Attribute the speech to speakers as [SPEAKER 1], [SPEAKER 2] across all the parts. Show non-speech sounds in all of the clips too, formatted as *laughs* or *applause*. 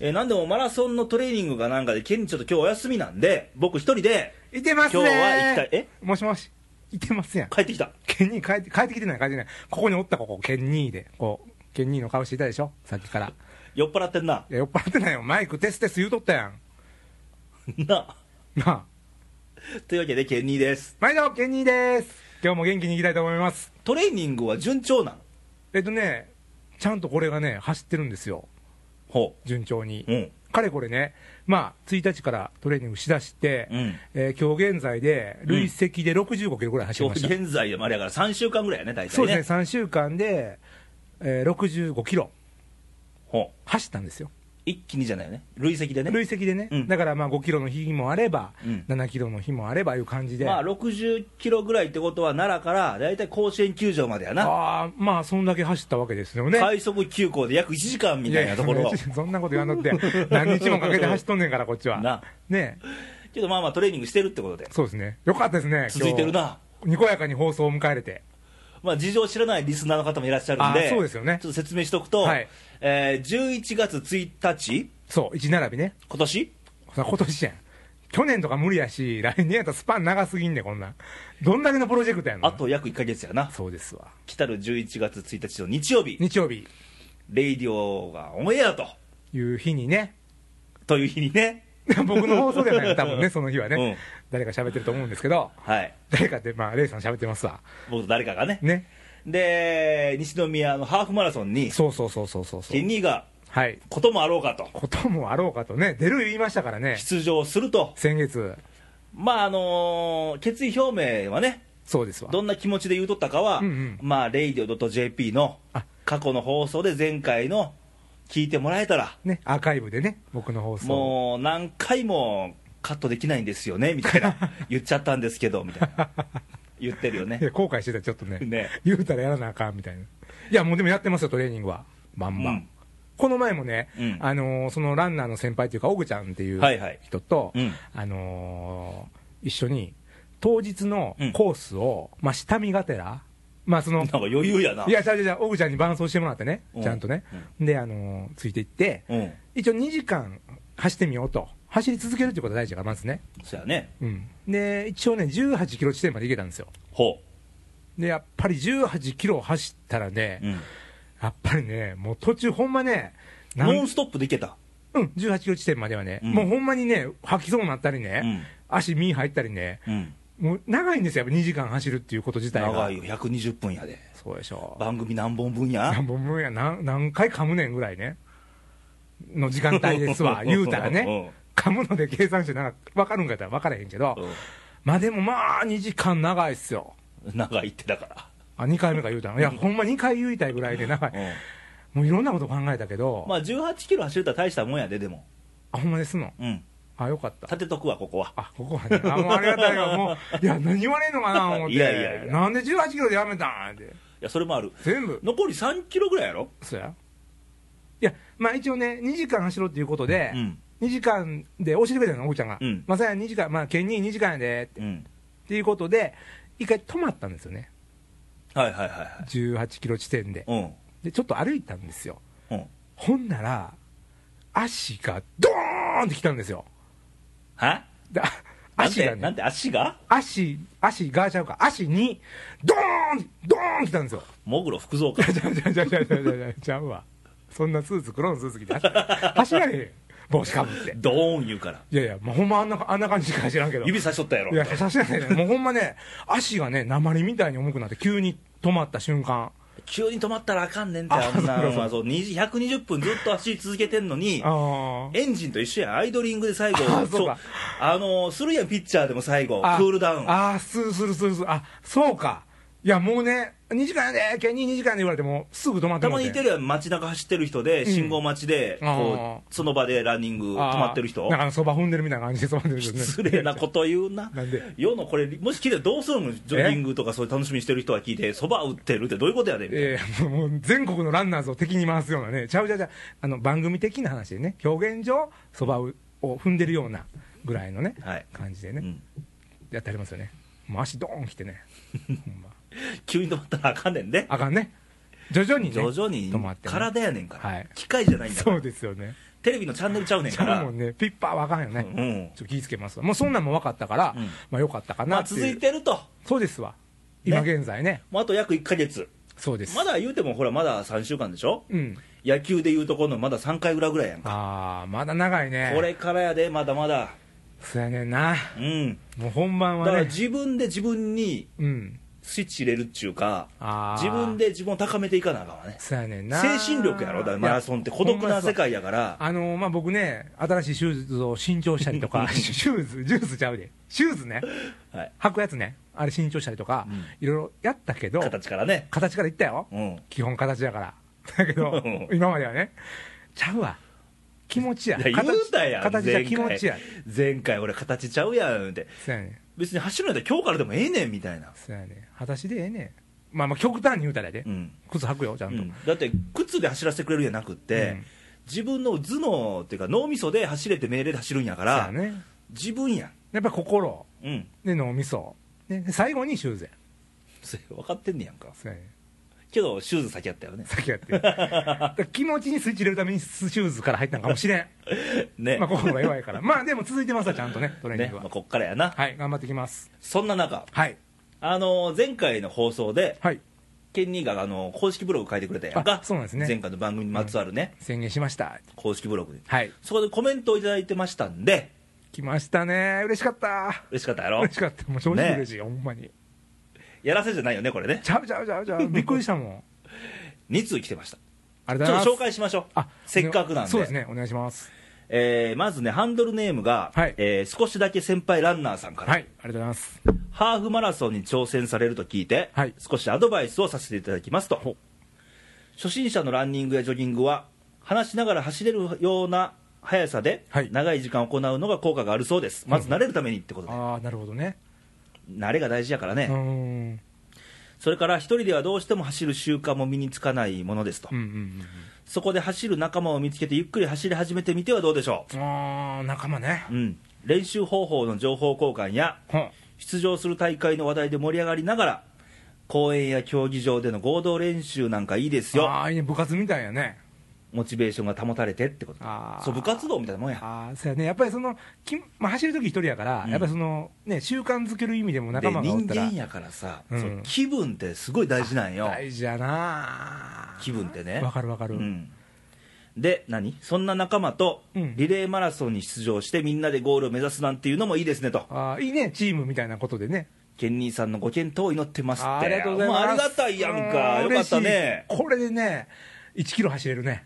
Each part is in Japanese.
[SPEAKER 1] えーなんでもマラソンのトレーニングがなんかで、ケンちょっと今日お休みなんで、僕一人で
[SPEAKER 2] いてますね
[SPEAKER 1] 今日は行きたいえ
[SPEAKER 2] もしもしいてますやん
[SPEAKER 1] 帰ってきた。
[SPEAKER 2] ケンニー帰って帰ってきてない帰ってきてないここにおったここケンニーでこうケンニーの顔していたでしょさっきからい
[SPEAKER 1] 酔っ払ってんな。 *laughs*
[SPEAKER 2] や酔っ払ってないよマイクテステス言うとったやん
[SPEAKER 1] な
[SPEAKER 2] なあ
[SPEAKER 1] あというわけで、ケンニーです。
[SPEAKER 2] 毎度ケンニーです今日も元気にいきたいと思います
[SPEAKER 1] トレーニングは順調なん
[SPEAKER 2] えっとねちゃんとこれがね走ってるんですよ
[SPEAKER 1] ほ
[SPEAKER 2] 順調に、
[SPEAKER 1] う。うん。
[SPEAKER 2] かれこれねまあ1日からトレーニングしだして、
[SPEAKER 1] うん。
[SPEAKER 2] えー今日現在で累積で65キロぐらい走り
[SPEAKER 1] 今
[SPEAKER 2] まし
[SPEAKER 1] 日
[SPEAKER 2] た、
[SPEAKER 1] 現在でもあれやから3週間ぐらいやね、大
[SPEAKER 2] そ
[SPEAKER 1] 体
[SPEAKER 2] うで
[SPEAKER 1] ね。
[SPEAKER 2] すね3週間で、えー65キロ
[SPEAKER 1] ほう。
[SPEAKER 2] 走ったんですよ
[SPEAKER 1] 一気にじゃないよね。累積でね。
[SPEAKER 2] 累積でね、
[SPEAKER 1] うん
[SPEAKER 2] だからまあ5キロの日もあれば、
[SPEAKER 1] うん
[SPEAKER 2] 7キロの日もあればいう感じで、
[SPEAKER 1] まあ
[SPEAKER 2] あ
[SPEAKER 1] 60キロぐらいってことは、奈良から大体甲子園球場までやな、
[SPEAKER 2] あーまあそんだけ走ったわけですよね
[SPEAKER 1] 快速急行で約1時間みたいなところ
[SPEAKER 2] いやいやそんなそんなこと言わんのって
[SPEAKER 1] *laughs*
[SPEAKER 2] 何日もかけて走っとんねんからこっちは
[SPEAKER 1] な、
[SPEAKER 2] ね
[SPEAKER 1] けどまあまあトレーニングしてるってことで、
[SPEAKER 2] そうですねよかったですね
[SPEAKER 1] 続いてるな、
[SPEAKER 2] 今日にこやかに放送を迎えれて
[SPEAKER 1] まあ、事情知らないリスナーの方もいらっしゃるんで、
[SPEAKER 2] あそうですよね
[SPEAKER 1] ちょっと説明しておくと、
[SPEAKER 2] はい
[SPEAKER 1] えー11月1日、
[SPEAKER 2] そう一並びね
[SPEAKER 1] 今年
[SPEAKER 2] さ今年やん去年とか無理やし来年やったらスパン長すぎんねんこんなんどんだけのプロジェクトやんの
[SPEAKER 1] あと約1か月やな、
[SPEAKER 2] そうですわ
[SPEAKER 1] 来たる11月1日の日曜日、
[SPEAKER 2] 日曜日
[SPEAKER 1] レイディオがオンエアと
[SPEAKER 2] いう日にね
[SPEAKER 1] という日にね、
[SPEAKER 2] 僕の放送じゃないの多分ねその日はね、
[SPEAKER 1] うん
[SPEAKER 2] 誰か喋ってると思うんですけど
[SPEAKER 1] はい、
[SPEAKER 2] 誰かってまあレイさん喋ってますわ
[SPEAKER 1] 僕と誰かがね、
[SPEAKER 2] ね
[SPEAKER 1] で西宮のハーフマラソンに、
[SPEAKER 2] そうそうそうそうそうそ
[SPEAKER 1] ケ
[SPEAKER 2] う
[SPEAKER 1] ニーが
[SPEAKER 2] はい
[SPEAKER 1] こともあろうかと、
[SPEAKER 2] こともあろうかとね出る言いましたからね
[SPEAKER 1] 出場すると、
[SPEAKER 2] 先月
[SPEAKER 1] まああのー決意表明はね、
[SPEAKER 2] そうですわ
[SPEAKER 1] どんな気持ちで言うとったかは、
[SPEAKER 2] うんうん
[SPEAKER 1] まあ、radio.jp の
[SPEAKER 2] あ
[SPEAKER 1] 過去の放送で前回の聞いてもらえたら、
[SPEAKER 2] ねアーカイブでね僕の放送
[SPEAKER 1] もう何回もカットできないんですよねみ
[SPEAKER 2] *laughs*
[SPEAKER 1] たいな、言っちゃったんですけどみたいな、言ってるよ
[SPEAKER 2] いや
[SPEAKER 1] ね。
[SPEAKER 2] 後悔してたちょっとね
[SPEAKER 1] ね
[SPEAKER 2] 言うたらやらなあかんみたいないやもうでもやってますよトレーニングはバンバン、
[SPEAKER 1] うん
[SPEAKER 2] この前もね、
[SPEAKER 1] うん
[SPEAKER 2] あのーそのランナーの先輩というかオグちゃんっていう
[SPEAKER 1] はいはい
[SPEAKER 2] 人と、
[SPEAKER 1] うん
[SPEAKER 2] あのー一緒に当日の
[SPEAKER 1] うん
[SPEAKER 2] コースを、まあ下見がてらまあその
[SPEAKER 1] なんか余裕やな。
[SPEAKER 2] いや、違う違う違う、オグちゃんに伴走してもらってね
[SPEAKER 1] う、ん
[SPEAKER 2] ちゃんとね。で、あのーついていって、
[SPEAKER 1] うん。
[SPEAKER 2] 一応2時間走ってみようと。走り続けるってことが大事だから、まずね。
[SPEAKER 1] そやね。
[SPEAKER 2] うん。で、一応ね、18キロ地点まで行けたんですよ。
[SPEAKER 1] ほ
[SPEAKER 2] で、やっぱり18キロ走ったらね、
[SPEAKER 1] う。うん。
[SPEAKER 2] やっぱりね、もう途中ほんまね、なん
[SPEAKER 1] ノンストップでいけた。
[SPEAKER 2] うん、18キロ地点まではね、
[SPEAKER 1] うん
[SPEAKER 2] もうほんまにね、吐きそうになったりね、
[SPEAKER 1] うん
[SPEAKER 2] 足見入ったりね、
[SPEAKER 1] うん。
[SPEAKER 2] もう長いんですよ、やっぱ2時間走るっていうこと自体が。
[SPEAKER 1] 長いよ、120分やで。
[SPEAKER 2] そうでしょう。
[SPEAKER 1] 番組何本分
[SPEAKER 2] *laughs*
[SPEAKER 1] や
[SPEAKER 2] 何本分や何何回噛むねんぐらいねの時間帯で
[SPEAKER 1] *laughs*
[SPEAKER 2] すわ言うたらね噛むので計算してなんか分かるんかやったら分からへんけど、
[SPEAKER 1] う
[SPEAKER 2] まあでもまあ2時間長いっすよ
[SPEAKER 1] ん長いってだか
[SPEAKER 2] あ2回目か言うたらいやほんま2回言いたいぐらいで長
[SPEAKER 1] ら、
[SPEAKER 2] いもういろんなこと考えたけど、
[SPEAKER 1] まあ18キロ走るたら大したもんやででも
[SPEAKER 2] あほんまですの
[SPEAKER 1] うん
[SPEAKER 2] あよかった
[SPEAKER 1] 立てとくわここは
[SPEAKER 2] あここはねあもうありがたいよもういや何言われんのかな思って
[SPEAKER 1] いやいやいや
[SPEAKER 2] なんで18キロでやめたんって
[SPEAKER 1] いやそれもある
[SPEAKER 2] 全部
[SPEAKER 1] 残り3キロぐらいやろ
[SPEAKER 2] そうやいやまあ一応ね2時間走ろうっていうことで、
[SPEAKER 1] うん
[SPEAKER 2] 2時間で教えてくれたの、おうちゃんが、
[SPEAKER 1] うん
[SPEAKER 2] まさや2時間、まあ、ケニー2時間やでって,、
[SPEAKER 1] うん
[SPEAKER 2] いうことで、一回止まったんですよね、
[SPEAKER 1] はいはいはいはい
[SPEAKER 2] 18キロ地点で、
[SPEAKER 1] うん
[SPEAKER 2] でちょっと歩いたんですよ、
[SPEAKER 1] うん
[SPEAKER 2] ほんなら、足がドーンってきたんですよ、
[SPEAKER 1] は
[SPEAKER 2] であ
[SPEAKER 1] なん
[SPEAKER 2] 足
[SPEAKER 1] て
[SPEAKER 2] が
[SPEAKER 1] なん
[SPEAKER 2] ね、
[SPEAKER 1] て足が
[SPEAKER 2] 足、足がちゃうか、足に、ドーン、ドーン来たんですよ、
[SPEAKER 1] もぐろ福蔵か
[SPEAKER 2] ちゃうちゃうちゃうちゃうちゃうちゃうちゃうわ、そんなスーツ、黒のスーツ着て走、走られへん、帽子かぶって、
[SPEAKER 1] ドーン言うから
[SPEAKER 2] いやいや、まあ、ほんまあんなあんな感じしか走らんけど。
[SPEAKER 1] 指さしとったやろ
[SPEAKER 2] いや、さすが
[SPEAKER 1] *laughs*
[SPEAKER 2] にね、もうほんまね、足がね、鉛みたいに重くなって、急に止まった瞬間、
[SPEAKER 1] 急に止まったらあかんねんってあんなまあそう20 120分ずっと走り続けてんのに
[SPEAKER 2] あ
[SPEAKER 1] エンジンと一緒やんアイドリングで最後
[SPEAKER 2] あそうか
[SPEAKER 1] あのするやんピッチャーでも最後ク
[SPEAKER 2] あ
[SPEAKER 1] ールダウン
[SPEAKER 2] ああ、するするするする、あそうか、いや、もうね、2時間やで、ケニー2時間で言われても、すぐ止まって
[SPEAKER 1] た
[SPEAKER 2] も
[SPEAKER 1] ま
[SPEAKER 2] う
[SPEAKER 1] に
[SPEAKER 2] て
[SPEAKER 1] いてるやん街中走ってる人で、
[SPEAKER 2] うん
[SPEAKER 1] 信号待ちでこ
[SPEAKER 2] あ
[SPEAKER 1] うその場でランニング止
[SPEAKER 2] あー
[SPEAKER 1] まってる人
[SPEAKER 2] なんかそば踏んでるみたいな感じで *laughs* そば踏んでる人ね。
[SPEAKER 1] 失礼なこと言うな
[SPEAKER 2] なんで
[SPEAKER 1] 世のこれもし聞いたらどうするのジョギングとかそういう楽しみにしてる人が聞いてそば打ってるってどういうことやねんみたいな
[SPEAKER 2] ええもうもう全国のランナーズを敵に回すようなね、ちゃうちゃうちゃう、あの番組的な話でね、表現上、そばを踏んでるようなぐらいのね、
[SPEAKER 1] はい
[SPEAKER 2] 感じでね、
[SPEAKER 1] うん
[SPEAKER 2] やってありますよね、もう足、ドーンきてね、ほんま。
[SPEAKER 1] 急に止まったらあかんねんで
[SPEAKER 2] あかんね。徐々にね。
[SPEAKER 1] 徐々に
[SPEAKER 2] 止まってね
[SPEAKER 1] 体やねんから、
[SPEAKER 2] はい
[SPEAKER 1] 機械じゃないんだから
[SPEAKER 2] そうですよね。
[SPEAKER 1] テレビのチャンネルちゃうねん
[SPEAKER 2] ち
[SPEAKER 1] か
[SPEAKER 2] ゃう
[SPEAKER 1] ら
[SPEAKER 2] もんね、ピッパーはあかんよね、
[SPEAKER 1] うんうん
[SPEAKER 2] ちょっと気ぃつけますわ、もうそんなんも分かったから、
[SPEAKER 1] うん
[SPEAKER 2] まあよかったか
[SPEAKER 1] ま
[SPEAKER 2] な
[SPEAKER 1] あ、
[SPEAKER 2] って
[SPEAKER 1] 続
[SPEAKER 2] いう、
[SPEAKER 1] いてると、
[SPEAKER 2] そうですわ、今
[SPEAKER 1] ね
[SPEAKER 2] 現在ね、
[SPEAKER 1] もうあと約1か月、
[SPEAKER 2] そうです、
[SPEAKER 1] まだ言うても、ほら、まだ3週間でしょ、
[SPEAKER 2] うん、
[SPEAKER 1] 野球でいうところのまだ3回裏ぐらいやんか、
[SPEAKER 2] あー、まだ長いね、
[SPEAKER 1] これからやで、まだまだ、
[SPEAKER 2] そやねんな、
[SPEAKER 1] うん、
[SPEAKER 2] もう本番
[SPEAKER 1] だ
[SPEAKER 2] は
[SPEAKER 1] から
[SPEAKER 2] ね、
[SPEAKER 1] 自分で自分に
[SPEAKER 2] うん、
[SPEAKER 1] スイッチ入れるっちゅうか、
[SPEAKER 2] あー
[SPEAKER 1] 自分、で自分を高めていかなあかんわね、
[SPEAKER 2] そやねんな、
[SPEAKER 1] 精神力やろ、だからマラソンって、孤独な世
[SPEAKER 2] 界
[SPEAKER 1] 界やから、
[SPEAKER 2] あのーまあ、僕ね、新しいシューズを新調したり
[SPEAKER 1] *laughs*
[SPEAKER 2] とか、シューズ、ジュースちゃうで、シューズね、
[SPEAKER 1] はい、
[SPEAKER 2] 履くやつね、あれ新調したりとか、
[SPEAKER 1] うん
[SPEAKER 2] いろいろやったけど、形
[SPEAKER 1] 形からね、
[SPEAKER 2] からいったよ、
[SPEAKER 1] うん、、
[SPEAKER 2] 基本形だから。だけど今まではね、ちゃうわ、気持ちや、
[SPEAKER 1] いや言うたやん
[SPEAKER 2] 形
[SPEAKER 1] 前
[SPEAKER 2] が
[SPEAKER 1] 回
[SPEAKER 2] 気持ちや、
[SPEAKER 1] 前回、俺、形ちゃうやんって、
[SPEAKER 2] そうやね
[SPEAKER 1] 別に走るんやったら今日からでもええねんみたいな、
[SPEAKER 2] そうやね裸足でええねまあまあ、極端に言うたらやで、
[SPEAKER 1] うん、
[SPEAKER 2] 靴履くよ、ちゃんと。
[SPEAKER 1] うんだって、靴で走らせてくれるんやなくって、
[SPEAKER 2] うん
[SPEAKER 1] 自分の頭脳っていうか、脳みそで走れて命令で走るんやか
[SPEAKER 2] そうや
[SPEAKER 1] ら、
[SPEAKER 2] ね、
[SPEAKER 1] 自分やん。
[SPEAKER 2] やっぱり心、
[SPEAKER 1] うん
[SPEAKER 2] ね、脳みそ、ね、最後にシューズや、
[SPEAKER 1] それ分かってんねやんか
[SPEAKER 2] そうやね
[SPEAKER 1] けどシューズ先やった
[SPEAKER 2] *laughs*
[SPEAKER 1] よね
[SPEAKER 2] 先やって *laughs* るだから気持ちにスイッチ入れるためにスシューズから入ったのかもし
[SPEAKER 1] *laughs*
[SPEAKER 2] れん、
[SPEAKER 1] ね
[SPEAKER 2] まあ、心が弱いからまあでも続いてますわちゃんとねトレーニン
[SPEAKER 1] ね
[SPEAKER 2] グは、
[SPEAKER 1] まあ、こっからやな
[SPEAKER 2] はい頑張ってきます
[SPEAKER 1] そんな中、
[SPEAKER 2] はい
[SPEAKER 1] あのー前回の放送で
[SPEAKER 2] はい
[SPEAKER 1] ケンニーが、あのー公式ブログ書いてくれたやんか
[SPEAKER 2] あそうなんですね
[SPEAKER 1] 前回の番組にまつわるね、
[SPEAKER 2] 宣言しました
[SPEAKER 1] 公式ブログで
[SPEAKER 2] はい
[SPEAKER 1] そこでコメントをいただいてましたんで
[SPEAKER 2] 来ましたね嬉しかった
[SPEAKER 1] 嬉しかったやろ
[SPEAKER 2] 嬉しかったもう正
[SPEAKER 1] ね
[SPEAKER 2] 直嬉しい、ほんまに
[SPEAKER 1] やらせじゃないよねこれね
[SPEAKER 2] ちゃうちゃうちゃう
[SPEAKER 1] *laughs*
[SPEAKER 2] ちゃうびっくりしたもん
[SPEAKER 1] 2通来てました
[SPEAKER 2] あり
[SPEAKER 1] ちょ
[SPEAKER 2] が
[SPEAKER 1] っ
[SPEAKER 2] とうござい
[SPEAKER 1] と紹
[SPEAKER 2] ます
[SPEAKER 1] 介しましょう
[SPEAKER 2] あ
[SPEAKER 1] せっかくなんで
[SPEAKER 2] そうですねお願いします
[SPEAKER 1] えーまずねハンドルネームが、
[SPEAKER 2] はい
[SPEAKER 1] えー少しだけ先輩ランナーさんから、
[SPEAKER 2] はいありがとうございます
[SPEAKER 1] ハーフマラソンに挑戦されると聞いて、
[SPEAKER 2] はい
[SPEAKER 1] 少しアドバイスをさせていただきます
[SPEAKER 2] ほ
[SPEAKER 1] と
[SPEAKER 2] う
[SPEAKER 1] 初心者のランニングやジョギングは話しながら走れるような速さで
[SPEAKER 2] はい
[SPEAKER 1] 長い時間行うのが効果があるそうです、まず慣れるためにってことで、
[SPEAKER 2] ああなるほどね
[SPEAKER 1] 慣れが大事やから
[SPEAKER 2] う
[SPEAKER 1] ね、
[SPEAKER 2] ーん
[SPEAKER 1] それから一人ではどうしても走る習慣も身につかないものですと、
[SPEAKER 2] うんうん
[SPEAKER 1] そこで走る仲間を見つけてゆっくり走り始めてみてはどうでしょ
[SPEAKER 2] うんああ仲間ね
[SPEAKER 1] う、うん、練習方法の情報交換や
[SPEAKER 2] ほん
[SPEAKER 1] 出場する大会の話題で盛り上がりながら公園や競技場での合同練習なんかいいですよ
[SPEAKER 2] ああいいね部活みたいやね
[SPEAKER 1] モチベーションが保たれてってこと
[SPEAKER 2] あー
[SPEAKER 1] そう部活動みたいなもんや
[SPEAKER 2] ああそうやねやっぱりそのき、まあ、走るとき一人やから、
[SPEAKER 1] うん
[SPEAKER 2] やっぱりそのね習慣づける意味でも
[SPEAKER 1] で
[SPEAKER 2] 仲間がおっ
[SPEAKER 1] 人
[SPEAKER 2] たら
[SPEAKER 1] 間やからさ、
[SPEAKER 2] うん
[SPEAKER 1] そう気分ってすごい大事なんよ
[SPEAKER 2] 大事やな
[SPEAKER 1] 気分ってね
[SPEAKER 2] わかるわかる、
[SPEAKER 1] うんで何そんな仲間と
[SPEAKER 2] うん
[SPEAKER 1] リレーマラソンに出場してみんなでゴールを目指すなんていうのもいいですねと
[SPEAKER 2] ああいいねチームみたいなことでね
[SPEAKER 1] ケンニーさんのご健闘を祈ってますって
[SPEAKER 2] あーありがとうございます、
[SPEAKER 1] もありがたいやんか
[SPEAKER 2] う
[SPEAKER 1] よかったね
[SPEAKER 2] 嬉しいこれでね1キロ走れるね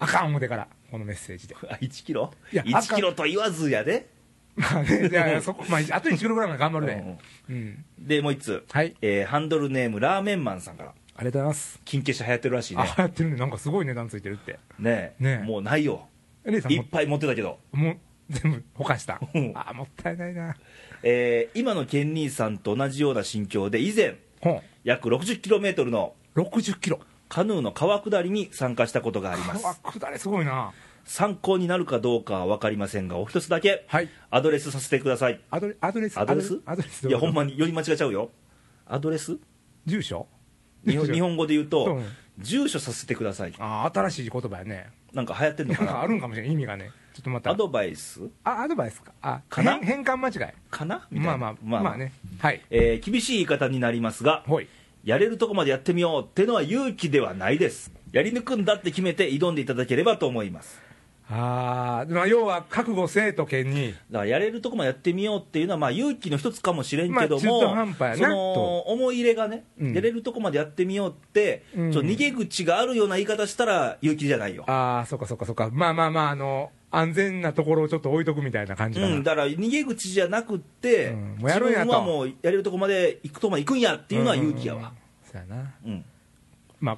[SPEAKER 2] あかん思てからこのメッセージで *laughs*
[SPEAKER 1] あ1キロ
[SPEAKER 2] いや
[SPEAKER 1] ?1 キロと言わずやで
[SPEAKER 2] まあねじゃあそこ、まあ、あと1キロぐらいまで頑張るねうん、
[SPEAKER 1] でもう一つ、
[SPEAKER 2] はい
[SPEAKER 1] えーハンドルネームラーメンマンさんから
[SPEAKER 2] ありがとうございます
[SPEAKER 1] 金消し流行ってるらしい
[SPEAKER 2] あ
[SPEAKER 1] ね
[SPEAKER 2] あやってるねなんかすごい値段ついてるって
[SPEAKER 1] ねえ
[SPEAKER 2] ねえ
[SPEAKER 1] もうないよ
[SPEAKER 2] えレイさん
[SPEAKER 1] い
[SPEAKER 2] も
[SPEAKER 1] っぱい持ってたけど、
[SPEAKER 2] もう全部ほかした
[SPEAKER 1] うん
[SPEAKER 2] ああもったいないな
[SPEAKER 1] えー今のケンニーさんと同じような心境で以前
[SPEAKER 2] ほん
[SPEAKER 1] 約 60km の
[SPEAKER 2] 60キロ
[SPEAKER 1] カヌーの川下りに参加したことがあります
[SPEAKER 2] 川下りすごいな
[SPEAKER 1] 参考になるかどうかは分かりませんがお一つだけ
[SPEAKER 2] はい
[SPEAKER 1] アドレスさせてください
[SPEAKER 2] アドレアドレス
[SPEAKER 1] アドレス
[SPEAKER 2] アドレス
[SPEAKER 1] いやほん
[SPEAKER 2] ま
[SPEAKER 1] まに読み間違えちゃうよアドレス
[SPEAKER 2] 住所
[SPEAKER 1] 日本日本語で言うと、
[SPEAKER 2] うん
[SPEAKER 1] 住所させてください
[SPEAKER 2] ああ新しい言葉やね
[SPEAKER 1] なんか流行ってんの
[SPEAKER 2] な
[SPEAKER 1] か
[SPEAKER 2] んか
[SPEAKER 1] な
[SPEAKER 2] あるんかもしれない意味がねちょっとまた
[SPEAKER 1] アドバイス
[SPEAKER 2] あアドバイスかあ
[SPEAKER 1] かな
[SPEAKER 2] 変変換間違い
[SPEAKER 1] かなみたい
[SPEAKER 2] ま
[SPEAKER 1] な
[SPEAKER 2] あまあまあ、ねはい
[SPEAKER 1] えー厳しい言い方になりますが
[SPEAKER 2] ほい
[SPEAKER 1] やれるとこまでやってみようってのは勇気ではないですやり抜くんだって決めて挑んでいただければと思います
[SPEAKER 2] あーまあ要は覚悟せえと県に
[SPEAKER 1] だからやれるとこまでやってみようっていうのはまあ勇気の一つかもしれんけど
[SPEAKER 2] まあ中途
[SPEAKER 1] も、
[SPEAKER 2] 半端
[SPEAKER 1] そ
[SPEAKER 2] やな
[SPEAKER 1] の
[SPEAKER 2] と
[SPEAKER 1] 思い入れがね、
[SPEAKER 2] うん
[SPEAKER 1] やれるとこまでやってみようって、
[SPEAKER 2] うん
[SPEAKER 1] ちょっと逃げ口があるような言い方したら勇気じゃないよ、
[SPEAKER 2] ああそっかそっかそっかまあまあまああの安全なところをちょっと置いとくみたいな感じ
[SPEAKER 1] う
[SPEAKER 2] かな、
[SPEAKER 1] ん、だから逃げ口じゃなくって、
[SPEAKER 2] うんもう
[SPEAKER 1] 自
[SPEAKER 2] やるんやと
[SPEAKER 1] 分はもうやれるとこまで行くとこまで行くんやっていうのは勇気やわ、
[SPEAKER 2] そうやな
[SPEAKER 1] うん
[SPEAKER 2] まあ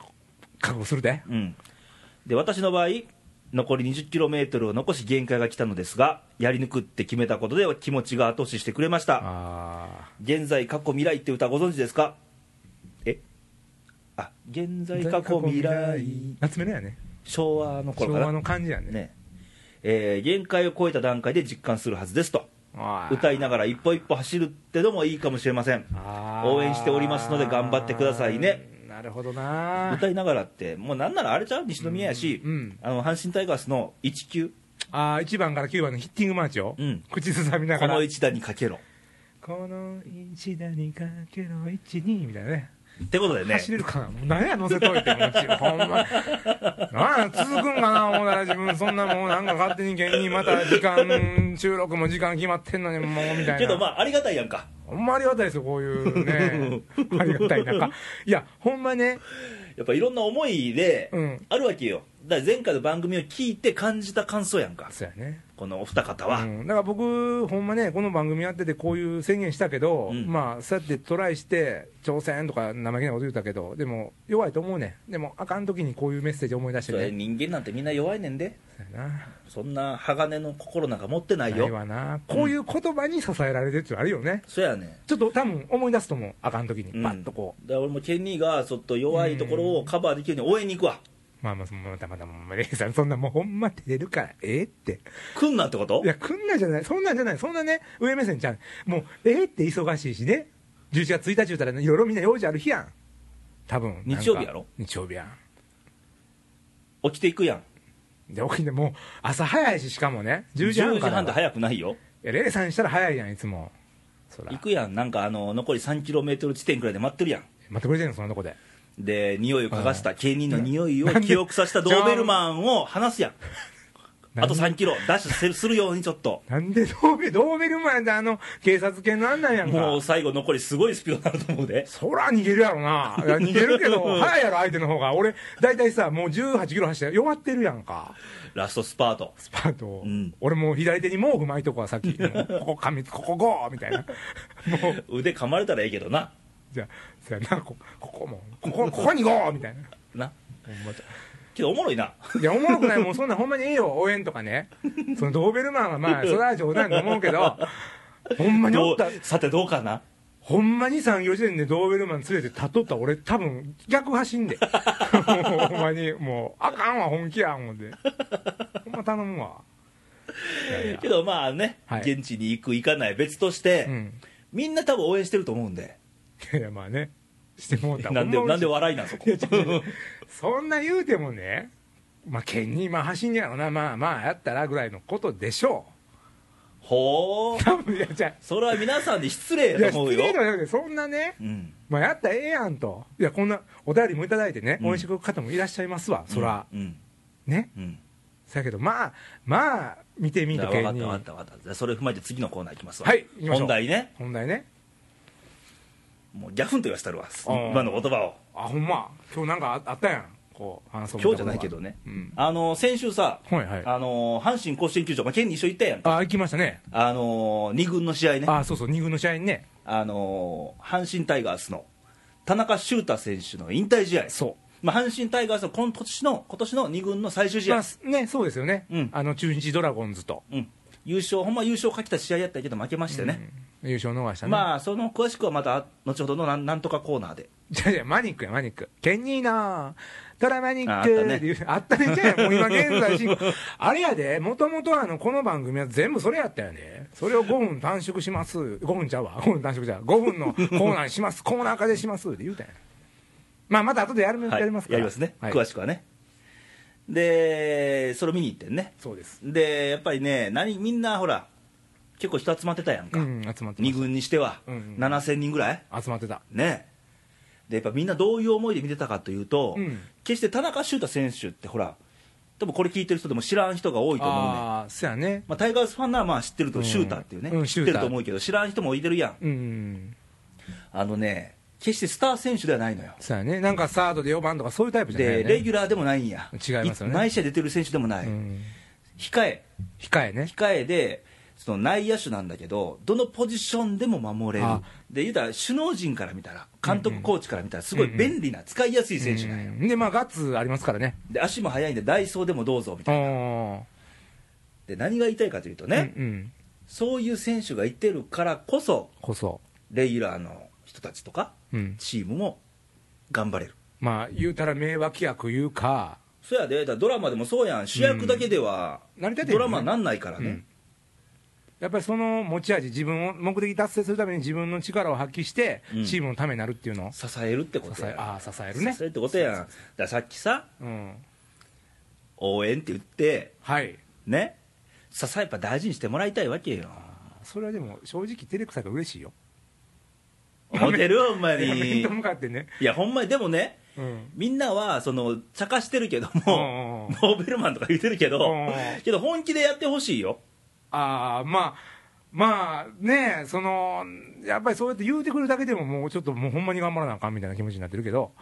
[SPEAKER 2] 覚悟するで
[SPEAKER 1] うん、で私の場合残り 20km を残し限界が来たのですがやり抜くって決めたことで気持ちが後押ししてくれました
[SPEAKER 2] あ
[SPEAKER 1] 現在過去未来って歌ご存知ですかえあ現在過去未来
[SPEAKER 2] 夏目のやね
[SPEAKER 1] 昭和の頃か
[SPEAKER 2] 昭和
[SPEAKER 1] な
[SPEAKER 2] の感じやね
[SPEAKER 1] ねえー限界を超えた段階で実感するはずですと
[SPEAKER 2] あー
[SPEAKER 1] 歌いながら一歩一歩走るってのもいいかもしれません
[SPEAKER 2] あー
[SPEAKER 1] 応援しておりますので頑張ってくださいね
[SPEAKER 2] ななるほどな
[SPEAKER 1] 歌いながらって、もうなんならあれちゃう西宮やし、
[SPEAKER 2] うんうん
[SPEAKER 1] あの阪神タイガースの1球、
[SPEAKER 2] あー1番から9番のヒッティングマーチを、
[SPEAKER 1] うん
[SPEAKER 2] 口ずさみな
[SPEAKER 1] こ
[SPEAKER 2] がら
[SPEAKER 1] の一打にかけろ。
[SPEAKER 2] この一打にかけろ一二みたいなね
[SPEAKER 1] ってことでね、
[SPEAKER 2] 走れるかなもう何や乗せといても
[SPEAKER 1] *laughs*
[SPEAKER 2] うちほんまなんや続くんかな思うたら自分そんなもうなんか勝手に芸人また時間収録も時間決まってんのにもうみたいな
[SPEAKER 1] けどまあ、ありがたいやんか、
[SPEAKER 2] ほんまありがたいですよこういう
[SPEAKER 1] *laughs*
[SPEAKER 2] ねありがたい中いやほんまね
[SPEAKER 1] やっぱいろんな思いで
[SPEAKER 2] うん
[SPEAKER 1] あるわけよ、だから前回の番組を聞いて感じた感想やんか、
[SPEAKER 2] そうやね
[SPEAKER 1] このお二方は。
[SPEAKER 2] うん、だから僕、ほんまね、この番組やってて、こういう宣言したけど、
[SPEAKER 1] うん
[SPEAKER 2] まあ、そうやってトライして、挑戦とか、生意気なこと言ったけど、でも、弱いと思うねん、でも、あかん時にこういうメッセージ思い出して
[SPEAKER 1] それ
[SPEAKER 2] ね、
[SPEAKER 1] 人間なんてみんな弱いねんで
[SPEAKER 2] そうやな、
[SPEAKER 1] そんな鋼の心なんか持ってない
[SPEAKER 2] ない
[SPEAKER 1] よ
[SPEAKER 2] わな、こういう言葉に支えられてるっていうのあるよね、
[SPEAKER 1] そやねん
[SPEAKER 2] ちょっと多分思い出すと思う、あかん時
[SPEAKER 1] う
[SPEAKER 2] に、
[SPEAKER 1] ん
[SPEAKER 2] パッとこう、
[SPEAKER 1] だから俺もケニーがちょっと弱いところをカバーできるように応援に行くわ
[SPEAKER 2] まあまあ、またまた、もうレイさん、そんなもう、ほんま照れるから、ええって。
[SPEAKER 1] 来んなってこと
[SPEAKER 2] いや、来んなんじゃない、そんなんじゃない、そんなね、上目線じゃん、もう、えーって忙しいしね、11月1日言うたらね、いろいろみんな用事ある日やん、多分なんか
[SPEAKER 1] 日曜日やろ
[SPEAKER 2] 日曜日やん。
[SPEAKER 1] 起きていくやん
[SPEAKER 2] で、起きて、もう、朝早いし、しかもね、
[SPEAKER 1] 10
[SPEAKER 2] 10時
[SPEAKER 1] 時
[SPEAKER 2] 半から。
[SPEAKER 1] 半って早くないよ
[SPEAKER 2] いや、レイさんにしたら早いやん、いつも。そら、
[SPEAKER 1] 行
[SPEAKER 2] 待
[SPEAKER 1] くやんなんかあの残り 3km 地点くらいで待ってるやん
[SPEAKER 2] ってくれてんの、そんなとこで。
[SPEAKER 1] で匂いを嗅がしたケニーの匂い
[SPEAKER 2] な
[SPEAKER 1] を
[SPEAKER 2] んで
[SPEAKER 1] 記憶させたドーベルマンを離すやん
[SPEAKER 2] なん
[SPEAKER 1] あと
[SPEAKER 2] で
[SPEAKER 1] 3km ダッシュするするようにちょっと
[SPEAKER 2] なんでドーベ、ドーベルマンであの、警察犬なんなんやんか。
[SPEAKER 1] もう最後残りすごいスピードになると思うで
[SPEAKER 2] *laughs* そら逃げるやろな。いや、逃げるけど、早いやろ、相手の方が。俺、だいたいさ、もう18キロ走って、弱ってるやんか。
[SPEAKER 1] ラストスパート
[SPEAKER 2] スパートを、
[SPEAKER 1] うん
[SPEAKER 2] 俺もう左手に毛布巻いとこはさっ
[SPEAKER 1] *laughs*
[SPEAKER 2] き、もうここ噛みつ、ここゴーみたいな、もう、
[SPEAKER 1] 腕噛まれたらええけどな
[SPEAKER 2] じゃあ、そやなこ、ここも、ここ、ここにゴーみたいな。
[SPEAKER 1] なけどおもろいない
[SPEAKER 2] や、おもろくない、もうそんなんほんまにええよ、応援とかね。そのドーベルマンはまあ、それは冗談と思うけど、ほんまにお
[SPEAKER 1] ど
[SPEAKER 2] っ
[SPEAKER 1] う
[SPEAKER 2] た、
[SPEAKER 1] さてどうかな
[SPEAKER 2] ほんまに産業時点でドーベルマン連れて立っとったら俺多分逆
[SPEAKER 1] *laughs*
[SPEAKER 2] 走んで。ほんまに、もう、あかんわ、本気や、思って。ほんま頼むわ。いやい
[SPEAKER 1] *laughs*
[SPEAKER 2] や
[SPEAKER 1] けどまあね、
[SPEAKER 2] はい
[SPEAKER 1] 現地に行く行かない別として、
[SPEAKER 2] うん。
[SPEAKER 1] みんな多分応援してると思うんで
[SPEAKER 2] いや、まあね。してもうた
[SPEAKER 1] なんで
[SPEAKER 2] ほ
[SPEAKER 1] なん
[SPEAKER 2] ま嬉し
[SPEAKER 1] で
[SPEAKER 2] い
[SPEAKER 1] 笑いなんそこ
[SPEAKER 2] いや違う違うそんな言うてもね、まあ、県にまあ走んやろな、まあまあやったらぐらいのことでしょ
[SPEAKER 1] *laughs* ほ
[SPEAKER 2] う。
[SPEAKER 1] う
[SPEAKER 2] 多分いや、じゃ
[SPEAKER 1] それは皆さんに失礼や
[SPEAKER 2] あ、いや、
[SPEAKER 1] と思
[SPEAKER 2] 失
[SPEAKER 1] うよ
[SPEAKER 2] 礼だよ、そんなね、
[SPEAKER 1] うん
[SPEAKER 2] まあやったらええやんと、いや、こんなお便りもいただいてね、
[SPEAKER 1] うん
[SPEAKER 2] 応援してくれる方もいらっしゃいますわ、そら、
[SPEAKER 1] うん
[SPEAKER 2] ね、
[SPEAKER 1] うん
[SPEAKER 2] そやけど、まあ、まあ、見てみ
[SPEAKER 1] 分か
[SPEAKER 2] ると、
[SPEAKER 1] った
[SPEAKER 2] 県
[SPEAKER 1] 分
[SPEAKER 2] に
[SPEAKER 1] かった分かったじゃあそれを踏まえて次のコーナーいきますわ
[SPEAKER 2] はい行きましょう
[SPEAKER 1] 本題ね
[SPEAKER 2] 本題ね、
[SPEAKER 1] もうギャフンと言わせたるわ
[SPEAKER 2] ー
[SPEAKER 1] 今の言葉を
[SPEAKER 2] あ、ほんま、今日なんかああったやん、こう、話そう
[SPEAKER 1] 今日じゃ
[SPEAKER 2] 思ったこと
[SPEAKER 1] な
[SPEAKER 2] が
[SPEAKER 1] いけどね、
[SPEAKER 2] うん
[SPEAKER 1] あの先週さ、
[SPEAKER 2] はいはい
[SPEAKER 1] あの阪神甲子園球場、まあ、県に一緒に行ったやん
[SPEAKER 2] あ、行きましたね、
[SPEAKER 1] あの2軍の試合ね
[SPEAKER 2] あ、そうそう、二軍の試合にね、
[SPEAKER 1] あのー阪神タイガースの田中修太選手の引退試合、
[SPEAKER 2] そう。
[SPEAKER 1] まあ、阪神タイガースの今年の今年の2軍の最終試
[SPEAKER 2] ま
[SPEAKER 1] 合
[SPEAKER 2] あ、、ね、そうですよね、
[SPEAKER 1] うん
[SPEAKER 2] あの中日ドラゴンズと、
[SPEAKER 1] うん、優勝、ほんま優勝をかけた試合やったけど、負けましてね、
[SPEAKER 2] うん優勝逃したね、
[SPEAKER 1] まあその詳しくはまた後ほどのなんなんとかコーナーで、
[SPEAKER 2] じゃじゃマニックや、マニック。ケニーのトラマニッ
[SPEAKER 1] ああ
[SPEAKER 2] ク
[SPEAKER 1] ったね
[SPEAKER 2] っていうあったね。じゃあもう今現在進行。あれやで、もともとあの、この番組は全部それやったよね。それを5分短縮します。5分ちゃうわ。5分短縮じゃう。5分のコーナーにします。コーナー化でします。って言うたんや。まあ、また後でやる、
[SPEAKER 1] はい
[SPEAKER 2] やりますから。
[SPEAKER 1] りますね、
[SPEAKER 2] はい
[SPEAKER 1] 詳しくはね。で、それ見に行ってんね、
[SPEAKER 2] そうです。
[SPEAKER 1] でやっぱりね、何みんなほら、結構人集まってたやん
[SPEAKER 2] う
[SPEAKER 1] か、
[SPEAKER 2] ん、集まって
[SPEAKER 1] 2
[SPEAKER 2] ま
[SPEAKER 1] 軍にしては、
[SPEAKER 2] うんうん
[SPEAKER 1] 7000人ぐらい
[SPEAKER 2] す。集まってた。
[SPEAKER 1] ねでやっぱみんなどういう思いで見てたかというと、
[SPEAKER 2] うん
[SPEAKER 1] 決して田中修太選手ってほら多分これ聞いてる人でも知らん人が多いと思うねん
[SPEAKER 2] ああ、そやね。
[SPEAKER 1] まあ、タイガースファンならまあ知ってると、
[SPEAKER 2] うん
[SPEAKER 1] シューターっていうね、
[SPEAKER 2] うん
[SPEAKER 1] 知ってると思うけど知らん人もいてるやん
[SPEAKER 2] うん。
[SPEAKER 1] あのね決してスター選手ではないのよ
[SPEAKER 2] そやね。なんかサードで4番とかそういうタイプじゃないよ
[SPEAKER 1] で
[SPEAKER 2] ね。
[SPEAKER 1] レギュラーでもないんや
[SPEAKER 2] 違いますよね
[SPEAKER 1] 内試合出てる選手でもない、
[SPEAKER 2] うん
[SPEAKER 1] 控え
[SPEAKER 2] 控えね。
[SPEAKER 1] 控えでその内野手なんだけどどのポジションでも守れる
[SPEAKER 2] あ
[SPEAKER 1] で言うたら首脳陣から見たら監督、コーチから見たらすごい便利な、使いやすい選手なんよ、
[SPEAKER 2] うんで、まあ、ガッツありますからね。
[SPEAKER 1] で足も速いんでダイソーでもどうぞみたいな
[SPEAKER 2] あ
[SPEAKER 1] で何が言いたいかというと
[SPEAKER 2] あ、
[SPEAKER 1] ね、
[SPEAKER 2] うんうん、
[SPEAKER 1] そういう選手がいてるからこそ
[SPEAKER 2] こそ、
[SPEAKER 1] レギュラーの人たちとか
[SPEAKER 2] うん、
[SPEAKER 1] チームも頑張れる
[SPEAKER 2] まあ言うたら名脇役いうか、
[SPEAKER 1] そやでだからドラマでもそうやん主役だけでは
[SPEAKER 2] 成り立てへん
[SPEAKER 1] ドラマなんないからね、
[SPEAKER 2] うんやっぱりその持ち味、自分を目的達成するために自分の力を発揮して
[SPEAKER 1] うん、
[SPEAKER 2] チームのためになるっていうのを、
[SPEAKER 1] 支えるってこと
[SPEAKER 2] 支
[SPEAKER 1] や
[SPEAKER 2] えああ、支えるね
[SPEAKER 1] 支え。るってことやんだからさっきさ
[SPEAKER 2] うん、
[SPEAKER 1] 応援って言って
[SPEAKER 2] はい、
[SPEAKER 1] ね支えやっぱ大事にしてもらいたいわけよ
[SPEAKER 2] それはでも、正直、照れくさいから嬉しいよ。
[SPEAKER 1] モテるほんま
[SPEAKER 2] 面
[SPEAKER 1] に
[SPEAKER 2] と向かってね。
[SPEAKER 1] いやほんまにでもね
[SPEAKER 2] うん
[SPEAKER 1] みんなはその茶化してるけど
[SPEAKER 2] うんうん
[SPEAKER 1] も
[SPEAKER 2] うん
[SPEAKER 1] ノーベルマンとか言ってるけど
[SPEAKER 2] うんうん
[SPEAKER 1] けど本気でやってほしいよ
[SPEAKER 2] ああ、まあ、まあね、その、やっぱりそうやって言うてくるだけでも、もうちょっと、もうほんまに頑張らなあかんみたいな気持ちになってるけど、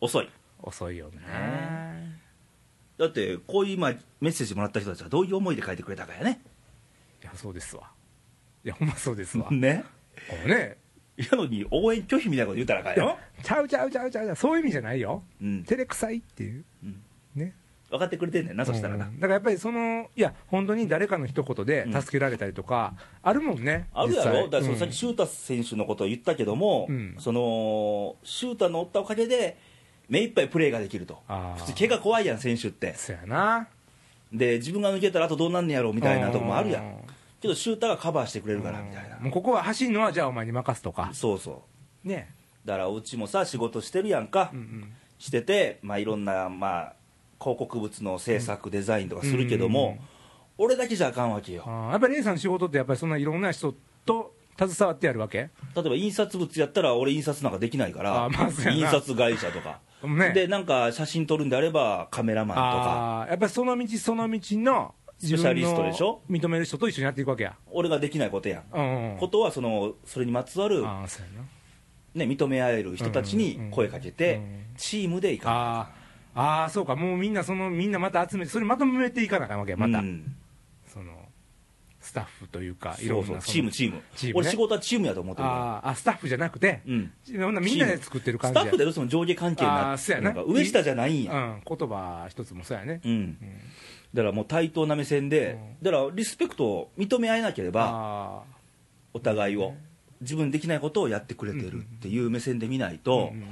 [SPEAKER 1] 遅い
[SPEAKER 2] 遅いよね。
[SPEAKER 1] だってこういう今メッセージもらった人たちはどういう思いで書いてくれたかやね
[SPEAKER 2] いや、そうですわ。いや、ほんまそうですわ。
[SPEAKER 1] ね
[SPEAKER 2] こうね、
[SPEAKER 1] やのに応援拒否みたいなこと言うたらあかん
[SPEAKER 2] いや
[SPEAKER 1] よ、
[SPEAKER 2] ちゃうちゃうちゃうちゃうちゃう、そういう意味じゃないよ。
[SPEAKER 1] うん、
[SPEAKER 2] 照れくさいっていう。
[SPEAKER 1] うん
[SPEAKER 2] ね。
[SPEAKER 1] 分かってくれてんねんなそしたらな
[SPEAKER 2] うんだからやっぱりその、いや、本当に誰かの一言で助けられたりとか、あるもんね。
[SPEAKER 1] あるや
[SPEAKER 2] 実際
[SPEAKER 1] ろ、だからそのさっ
[SPEAKER 2] うん
[SPEAKER 1] き、シュータ選手のことを言ったけども、
[SPEAKER 2] うん
[SPEAKER 1] そのシュータのおったおかげで、目いっぱいプレーができると、
[SPEAKER 2] あー
[SPEAKER 1] 普通、怪我怖いやん、選手って、
[SPEAKER 2] そやな。
[SPEAKER 1] で自分が抜けたらあとどうなんねやろうみ
[SPEAKER 2] み
[SPEAKER 1] たいなとこもあるやん、けどシュータがカバーしてくれるからみたいな、
[SPEAKER 2] もうここは走るのはじゃあお前に任すとか。
[SPEAKER 1] そうそう、
[SPEAKER 2] ね。
[SPEAKER 1] だからうちもさ、仕事してるやんか、
[SPEAKER 2] うんうん。
[SPEAKER 1] してて、まあ、いろんな、まあ、広告物の制作、デザインとかするけども、
[SPEAKER 2] うん
[SPEAKER 1] 俺だけじゃあかんわけよ、
[SPEAKER 2] あーやっぱり A さんの仕事ってやっぱりそんないろんな人と携わってやるわけ
[SPEAKER 1] 例えば印刷物やったら、俺、印刷なんかできないから、
[SPEAKER 2] あーまあそうやな
[SPEAKER 1] 印刷会社とか。
[SPEAKER 2] ね
[SPEAKER 1] でなんか写真撮るんであればカメラマンとか
[SPEAKER 2] ああーやっぱりその道その道の
[SPEAKER 1] スペシャリストでしょ
[SPEAKER 2] 自分の認める人と一緒にやっていくわけや
[SPEAKER 1] 俺ができないことやん、
[SPEAKER 2] うんうん
[SPEAKER 1] ことはそのそれにまつわる、
[SPEAKER 2] ああそうやな
[SPEAKER 1] ね、認め合える人たち
[SPEAKER 2] うんうんう
[SPEAKER 1] に
[SPEAKER 2] ん
[SPEAKER 1] 声かけて、
[SPEAKER 2] うん
[SPEAKER 1] チームでいか
[SPEAKER 2] あーあーそうかもうみんなそのみんなまた集めてそれまとめていかなあかんわけや
[SPEAKER 1] な
[SPEAKER 2] また、
[SPEAKER 1] うん
[SPEAKER 2] そのスタッフというかい
[SPEAKER 1] そ
[SPEAKER 2] ろ
[SPEAKER 1] うんそう
[SPEAKER 2] な
[SPEAKER 1] チームチーム
[SPEAKER 2] チームね
[SPEAKER 1] 俺仕事はチームやと思ってるか
[SPEAKER 2] あーあスタッフじゃなくて、
[SPEAKER 1] ら、うん、
[SPEAKER 2] いろんなみんなで作ってる感
[SPEAKER 1] ス
[SPEAKER 2] じ
[SPEAKER 1] タ
[SPEAKER 2] や
[SPEAKER 1] ッフでどうしても上下関係にな
[SPEAKER 2] あー
[SPEAKER 1] って
[SPEAKER 2] そうや
[SPEAKER 1] な
[SPEAKER 2] なん
[SPEAKER 1] か上下じゃないんや、
[SPEAKER 2] うん、言葉一つもそうやね、
[SPEAKER 1] うんだからもう対等な目線で、だからリスペクトを認め合えなければ
[SPEAKER 2] ああ
[SPEAKER 1] お互いを自分できないことをやってくれてるっていう目線で見ないと、
[SPEAKER 2] うん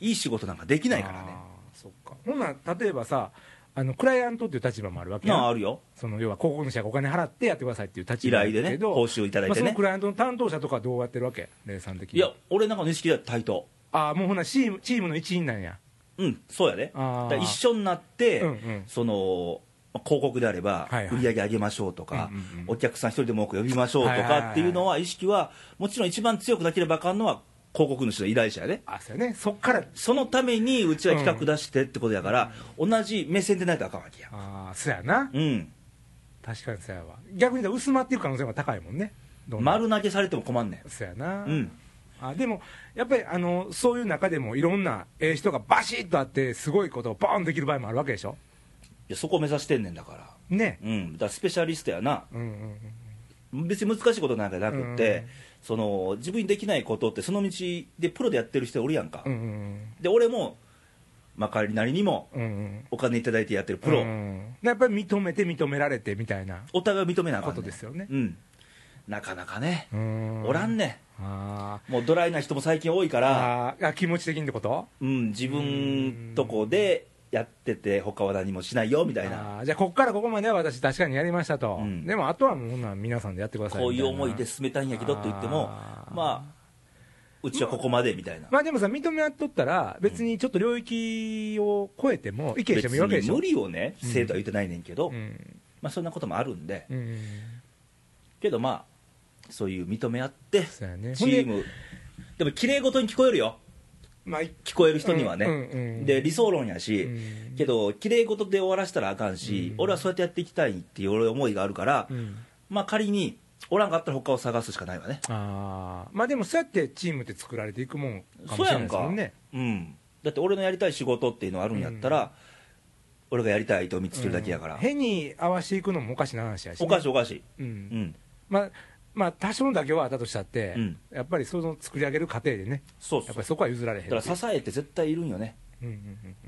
[SPEAKER 1] いい仕事なんかできないからね
[SPEAKER 2] あーそっかほんなら例えばさあのクライアントっていう立場もあるわけや
[SPEAKER 1] まああ
[SPEAKER 2] ん
[SPEAKER 1] るよ
[SPEAKER 2] その要は広告主がお金払ってやってくださいっていう立
[SPEAKER 1] 依
[SPEAKER 2] 場
[SPEAKER 1] 頼で
[SPEAKER 2] や
[SPEAKER 1] ね
[SPEAKER 2] けど
[SPEAKER 1] 報酬いただい
[SPEAKER 2] まあ、
[SPEAKER 1] て
[SPEAKER 2] その
[SPEAKER 1] ね
[SPEAKER 2] ク、ライアントの担当者とかはどうやってるわけ零散的
[SPEAKER 1] い
[SPEAKER 2] に
[SPEAKER 1] や俺なんかの意識では対等
[SPEAKER 2] ああもうほんならチームチームの一員なんや
[SPEAKER 1] うんそうやで、
[SPEAKER 2] あー
[SPEAKER 1] だから一緒になって、
[SPEAKER 2] うんうん
[SPEAKER 1] そのまあ広告であれば
[SPEAKER 2] はいはい
[SPEAKER 1] 売り上げ上げましょうとか、
[SPEAKER 2] うんうんうん
[SPEAKER 1] お客さん一人でも多く呼びましょうと
[SPEAKER 2] はいはいはいは
[SPEAKER 1] か
[SPEAKER 2] い
[SPEAKER 1] っていうのは意識はもちろん一番強くなければあかんのは広告主の依頼者やで
[SPEAKER 2] あそうやねそっから
[SPEAKER 1] そのためにうちは企画出してってことやから、同じ目線でないとあかんわけや
[SPEAKER 2] ああそうやな
[SPEAKER 1] うん
[SPEAKER 2] 確かにそうやわ逆に言うと薄まっていく可能性が高いもんねどんどん
[SPEAKER 1] 丸投げされても困んね
[SPEAKER 2] そうや
[SPEAKER 1] ん
[SPEAKER 2] な、
[SPEAKER 1] うん
[SPEAKER 2] あでもやっぱりあのそういう中でもいろんなええ人がバシッとあってすごいことをボーンできる場合もあるわけでしょ
[SPEAKER 1] いやそこ目指してんねんだから
[SPEAKER 2] ね
[SPEAKER 1] うんだからスペシャリストやな
[SPEAKER 2] うんうんうん
[SPEAKER 1] 別に難しいことなんかなくって、
[SPEAKER 2] うん
[SPEAKER 1] その自分にできないことってその道でプロでやってる人おるやんか、
[SPEAKER 2] うんうん
[SPEAKER 1] で俺もまかりなりにも
[SPEAKER 2] うんうん
[SPEAKER 1] お金いただいてやってるプロ、
[SPEAKER 2] うんやっぱり認めて認められてみたいな
[SPEAKER 1] お互い認めなあかん
[SPEAKER 2] ことですよね
[SPEAKER 1] うん、なかなかね、
[SPEAKER 2] うん
[SPEAKER 1] おらんね
[SPEAKER 2] あ
[SPEAKER 1] んもうドライな人も最近多いか
[SPEAKER 2] ー
[SPEAKER 1] ら、
[SPEAKER 2] あーあ気持ち的にってこと
[SPEAKER 1] うん、自分とこでやってて他は何もしないよみたいな
[SPEAKER 2] あーじゃあここからここまでは私確かにやりましたと、
[SPEAKER 1] うん
[SPEAKER 2] でもあとはもうほんなら皆さんでやってください
[SPEAKER 1] こういう思い
[SPEAKER 2] みた
[SPEAKER 1] で
[SPEAKER 2] な
[SPEAKER 1] 進めたいんやけどって言っても
[SPEAKER 2] あー
[SPEAKER 1] まあうちはここまでみたいな、
[SPEAKER 2] まあでもさ認め合っとったら別にちょっと領域を超えても意見してもいいわけで
[SPEAKER 1] 別
[SPEAKER 2] し
[SPEAKER 1] に
[SPEAKER 2] ょ
[SPEAKER 1] 無理をね生徒は言ってないねんけど、
[SPEAKER 2] うん
[SPEAKER 1] まあ、そんなこともあるんで、
[SPEAKER 2] うん
[SPEAKER 1] けどまあそういう認め合って
[SPEAKER 2] そうやね
[SPEAKER 1] チームでも綺麗事に聞こえるよ
[SPEAKER 2] まあい
[SPEAKER 1] 聞こえる人にはね、
[SPEAKER 2] うんうんうん
[SPEAKER 1] で理想論やし、
[SPEAKER 2] うん
[SPEAKER 1] けど綺麗事で終わらせたらあかんし、
[SPEAKER 2] うん
[SPEAKER 1] 俺はそうやってやっていきたいっていう俺思いがあるから、
[SPEAKER 2] うん
[SPEAKER 1] まあ仮におらんかったら他を探すしかないわね
[SPEAKER 2] あーまあでもそうやってチームって作られていくもん
[SPEAKER 1] そ
[SPEAKER 2] かも
[SPEAKER 1] う
[SPEAKER 2] しれ
[SPEAKER 1] や
[SPEAKER 2] ない
[SPEAKER 1] ん
[SPEAKER 2] です
[SPEAKER 1] か
[SPEAKER 2] もんね
[SPEAKER 1] うん、だって俺のやりたい仕事っていうのがあるんやったら、俺がやりたい相手を見つけるだけやから、
[SPEAKER 2] うん変に合わせていくのもおかしな話やしね、
[SPEAKER 1] おかしいおかしい、
[SPEAKER 2] うん
[SPEAKER 1] うん、
[SPEAKER 2] まあまあ多少の妥協はあったとしたって、
[SPEAKER 1] うん
[SPEAKER 2] やっぱりその作り上げる過程でね
[SPEAKER 1] そう
[SPEAKER 2] や
[SPEAKER 1] そ
[SPEAKER 2] っぱ
[SPEAKER 1] う
[SPEAKER 2] りそこは譲られへん
[SPEAKER 1] だから支えって絶対いるんよね
[SPEAKER 2] うんうん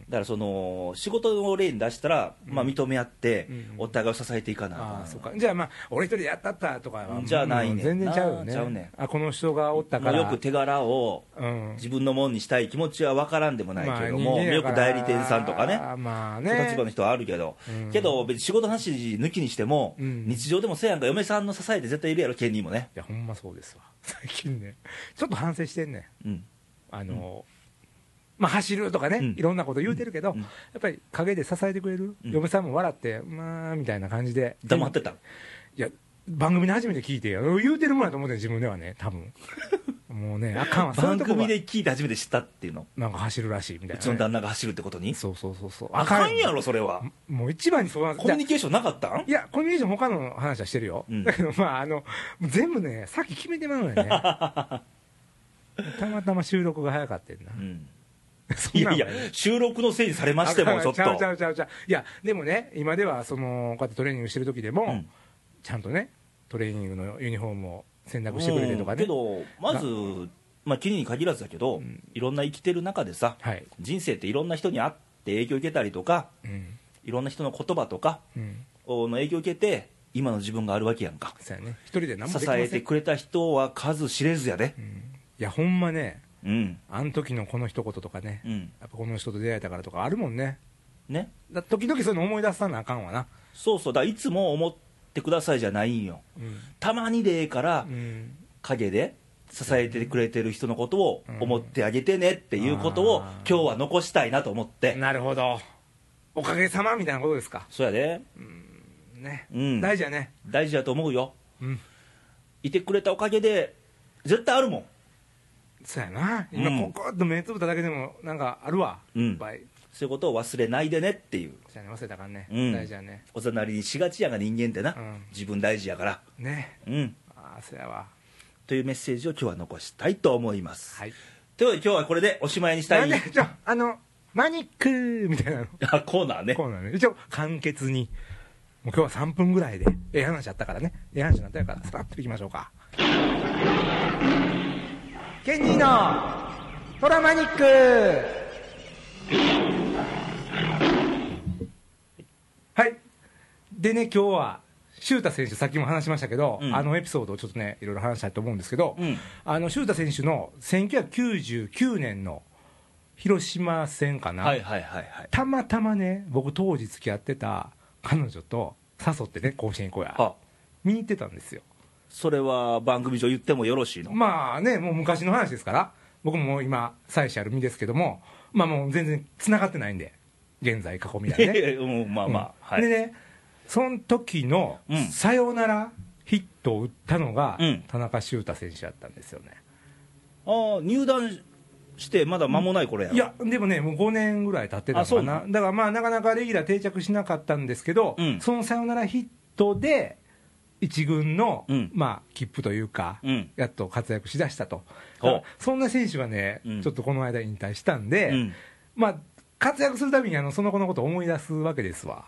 [SPEAKER 1] だからその仕事を例に出したら、まあ、認め合って、
[SPEAKER 2] うんうん
[SPEAKER 1] お互いを支えていかな
[SPEAKER 2] ああ
[SPEAKER 1] あ
[SPEAKER 2] そうかじゃあまあ俺一人でやったったとかは
[SPEAKER 1] じゃあないねんな
[SPEAKER 2] 全然ちゃうよね
[SPEAKER 1] ちゃうねん
[SPEAKER 2] あこの人がおった
[SPEAKER 1] ま
[SPEAKER 2] か
[SPEAKER 1] あ
[SPEAKER 2] ら
[SPEAKER 1] よく手柄を
[SPEAKER 2] うん
[SPEAKER 1] 自分のもんにしたい気持ちは分からんでもないけど
[SPEAKER 2] ま
[SPEAKER 1] も、
[SPEAKER 2] あ人間や
[SPEAKER 1] よ
[SPEAKER 2] か
[SPEAKER 1] く
[SPEAKER 2] ら
[SPEAKER 1] 代理店さんとかね、
[SPEAKER 2] まあ
[SPEAKER 1] そういう
[SPEAKER 2] ね
[SPEAKER 1] 立場の人はあるけど、
[SPEAKER 2] うん
[SPEAKER 1] けど、別に仕事の話抜きにしても、
[SPEAKER 2] うん
[SPEAKER 1] 日常でもせやんか、嫁さんの支えて絶対いるやろ、ケニーもね、
[SPEAKER 2] いやほんまそうですわ最近ねちょっと反省してんねん
[SPEAKER 1] うん、
[SPEAKER 2] あの、まあ走るとかね、
[SPEAKER 1] うん
[SPEAKER 2] いろんなこと言うてるけど、
[SPEAKER 1] うん
[SPEAKER 2] やっぱり陰で支えてくれる、
[SPEAKER 1] うん
[SPEAKER 2] 嫁さんも笑ってまあみたいな感じで
[SPEAKER 1] 黙ってた、
[SPEAKER 2] いや番組で初めて聞いてよ言うてるもんやと思ってん自分ではね
[SPEAKER 1] *laughs*
[SPEAKER 2] 多分もうねあかんわそうい
[SPEAKER 1] 番
[SPEAKER 2] うとこ
[SPEAKER 1] 組
[SPEAKER 2] は
[SPEAKER 1] で聞いて初めて知ったっていうの、
[SPEAKER 2] なんか走るらしいみたいうなね、
[SPEAKER 1] ちの旦那が走るってことに、
[SPEAKER 2] そうそうそうそう
[SPEAKER 1] あかんやろ、それは、
[SPEAKER 2] もう一番にそうなん
[SPEAKER 1] コミュ
[SPEAKER 2] じ
[SPEAKER 1] ニケーションなかったん
[SPEAKER 2] ゃあいやコミュニケーション他の話はしてるよ、
[SPEAKER 1] うん
[SPEAKER 2] だけどまああの全部ねさっき決めてまうのよ
[SPEAKER 1] *laughs*
[SPEAKER 2] ねたまたま収録が早かったんな
[SPEAKER 1] うん
[SPEAKER 2] そん
[SPEAKER 1] い
[SPEAKER 2] な
[SPEAKER 1] や
[SPEAKER 2] ん
[SPEAKER 1] いや、収録のせいにされましても、ちょっ
[SPEAKER 2] ちゃうちゃ
[SPEAKER 1] と。
[SPEAKER 2] うちゃうちゃういやでもね今ではそのこうやってトレーニングしてる時でも、
[SPEAKER 1] うん
[SPEAKER 2] ちゃんとねトレーニングのユニフォームを選択してくれてとかね、
[SPEAKER 1] うんけど、まず、まあ、キリに限らずだけど、
[SPEAKER 2] ん
[SPEAKER 1] いろんな生きてる中でさ、
[SPEAKER 2] はい
[SPEAKER 1] 人生っていろんな人に会って影響受けたりとか、
[SPEAKER 2] うん
[SPEAKER 1] いろんな人の言葉とか
[SPEAKER 2] うん
[SPEAKER 1] の影響を受けて、今の自分があるわけやんか、
[SPEAKER 2] そうやね一人で何も
[SPEAKER 1] 支
[SPEAKER 2] できません
[SPEAKER 1] えてくれた人は数知れずやで、
[SPEAKER 2] うんいやほんまね
[SPEAKER 1] うん、
[SPEAKER 2] あの時のこの一言とかね、
[SPEAKER 1] うん、
[SPEAKER 2] やっぱこの人と出会えたからとかあるもんね
[SPEAKER 1] ね、
[SPEAKER 2] だ時々そういうの思い出さなあかんわな
[SPEAKER 1] そうそう、だからいつも思ってくださいじゃないんよ、
[SPEAKER 2] うん、
[SPEAKER 1] たまにでええから、陰で支えてくれてる人のことを思ってあげてねっていうことを
[SPEAKER 2] うんあ、ー
[SPEAKER 1] 今日は残したいなと思って、
[SPEAKER 2] なるほどおかげさまみたいなことですか
[SPEAKER 1] そうやで、
[SPEAKER 2] ね、
[SPEAKER 1] うん、
[SPEAKER 2] 大事やね
[SPEAKER 1] 大事だと思うよ、
[SPEAKER 2] うん
[SPEAKER 1] いてくれたおかげで、絶対あるもん。
[SPEAKER 2] そうやな
[SPEAKER 1] う
[SPEAKER 2] 今
[SPEAKER 1] ん
[SPEAKER 2] ここっと目つぶっただけでもなんかあるわ、
[SPEAKER 1] うん
[SPEAKER 2] いっぱい
[SPEAKER 1] そういうことを忘れないでねっていう、
[SPEAKER 2] そうやね忘れたらあかんね、
[SPEAKER 1] うん
[SPEAKER 2] 大事やね
[SPEAKER 1] おざなりにしがちやが人間ってな、
[SPEAKER 2] うん
[SPEAKER 1] 自分大事やから、
[SPEAKER 2] ね
[SPEAKER 1] うん、
[SPEAKER 2] ああそうやわ
[SPEAKER 1] というメッセージを今日は残したいと思います。
[SPEAKER 2] はい
[SPEAKER 1] ということで、今日はこれでおしまいにした
[SPEAKER 2] なん
[SPEAKER 1] い
[SPEAKER 2] でちょあのマニックみたいなの
[SPEAKER 1] *laughs* あコーナーね
[SPEAKER 2] こ、うなのね一応簡潔にもう今日は3分ぐらいでええ話あったからねええ話になったからスパッといきましょうかケニーのトラマニックはいでね今日はシュータ選手さっきも話しましたけど、
[SPEAKER 1] うん
[SPEAKER 2] あのエピソードをちょっとねいろいろ話したいと思うんですけど、
[SPEAKER 1] うん
[SPEAKER 2] あのシュータ選手の1999年の広島戦かな、
[SPEAKER 1] はいはいはいはい、
[SPEAKER 2] たまたまね僕当時付き合ってた彼女と誘ってね甲子園行こうや
[SPEAKER 1] あ
[SPEAKER 2] 見に行ってたんですよ
[SPEAKER 1] それは番組上言ってもよろしいの、
[SPEAKER 2] まあねもう昔の話ですから僕も今妻子ある身ですけどもまあもう全然繋がってないんで現在過去未来ね
[SPEAKER 1] うん、 *laughs* まあまあ、
[SPEAKER 2] うん
[SPEAKER 1] は
[SPEAKER 2] で
[SPEAKER 1] い、
[SPEAKER 2] ねその時の
[SPEAKER 1] うん
[SPEAKER 2] サヨナラヒットを打ったのが、
[SPEAKER 1] うん
[SPEAKER 2] 田中修太選手だったんですよね
[SPEAKER 1] あー入団してまだ間もない頃やろ
[SPEAKER 2] いやでもねもう5年ぐらい経ってたの
[SPEAKER 1] あそ
[SPEAKER 2] か
[SPEAKER 1] う
[SPEAKER 2] な
[SPEAKER 1] な
[SPEAKER 2] だからまあなかなかレギュラー定着しなかったんですけど、
[SPEAKER 1] うん
[SPEAKER 2] そのサヨナラヒットで一軍の、
[SPEAKER 1] うん
[SPEAKER 2] まあ切符というか、
[SPEAKER 1] うん
[SPEAKER 2] やっと活躍しだしたと
[SPEAKER 1] ほう
[SPEAKER 2] だからそんな選手がね、
[SPEAKER 1] うん
[SPEAKER 2] ちょっとこの間引退したんで、
[SPEAKER 1] うん
[SPEAKER 2] まあ活躍するたびにあのその子のことを思い出すわけですわ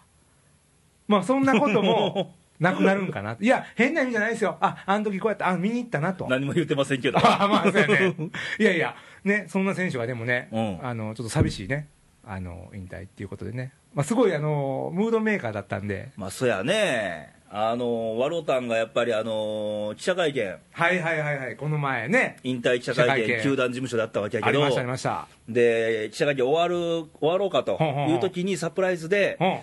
[SPEAKER 2] まあそんなこともなくなる
[SPEAKER 1] *laughs*
[SPEAKER 2] んかないや変な意味じゃないですよああの時こうやってあ見に行ったなと
[SPEAKER 1] 何も言ってません *laughs*
[SPEAKER 2] *laughs*
[SPEAKER 1] けど、
[SPEAKER 2] ああまあそうやねいやいやねそんな選手がでもね、
[SPEAKER 1] うん
[SPEAKER 2] あのちょっと寂しいねあの引退っていうことでね、まあ、すごいあのムードメーカーだったんで
[SPEAKER 1] まあそやね、あのワロタンがやっぱりあの記者会見、
[SPEAKER 2] はいはいはいはいこの前ね
[SPEAKER 1] 引退記者会
[SPEAKER 2] 記者会
[SPEAKER 1] 見、
[SPEAKER 2] 見
[SPEAKER 1] 球団事務所だったわけや
[SPEAKER 2] あ
[SPEAKER 1] け
[SPEAKER 2] り
[SPEAKER 1] ど
[SPEAKER 2] ましたあり、ました
[SPEAKER 1] で記者会見終わる終わろうかと
[SPEAKER 2] ほんほんほ
[SPEAKER 1] い
[SPEAKER 2] ん
[SPEAKER 1] う時にサプライズで
[SPEAKER 2] う、ん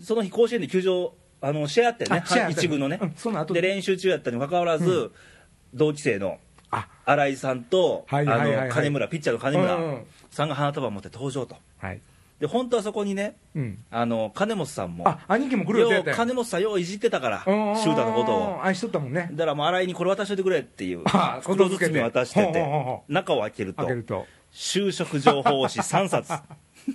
[SPEAKER 1] その日、甲子園で球場、あの試合あってね、
[SPEAKER 2] あ試合あ
[SPEAKER 1] は
[SPEAKER 2] った
[SPEAKER 1] い一部のね、
[SPEAKER 2] うんその後
[SPEAKER 1] で練習中やったにもかかわらず、同期生の
[SPEAKER 2] あ
[SPEAKER 1] 新井さんと、
[SPEAKER 2] はいはいはいはい
[SPEAKER 1] あの金村、ピッチャーの金
[SPEAKER 2] うんう
[SPEAKER 1] 村
[SPEAKER 2] ん
[SPEAKER 1] さんが花束持って登場と、
[SPEAKER 2] はい
[SPEAKER 1] で本当はそこにね、
[SPEAKER 2] うん
[SPEAKER 1] あの金本さんも、
[SPEAKER 2] あ兄貴も来る予定や
[SPEAKER 1] よ
[SPEAKER 2] っ
[SPEAKER 1] う
[SPEAKER 2] た
[SPEAKER 1] 金本さん、よういじってたから、シュータのことを。
[SPEAKER 2] 愛しとったもんね
[SPEAKER 1] だからもう新井にこれ渡しといてくれっていう
[SPEAKER 2] ああ
[SPEAKER 1] 袋包みを渡して
[SPEAKER 2] ほうほうほうほ
[SPEAKER 1] て中を開けると
[SPEAKER 2] 開けると
[SPEAKER 1] 就職情報誌3冊
[SPEAKER 2] *laughs*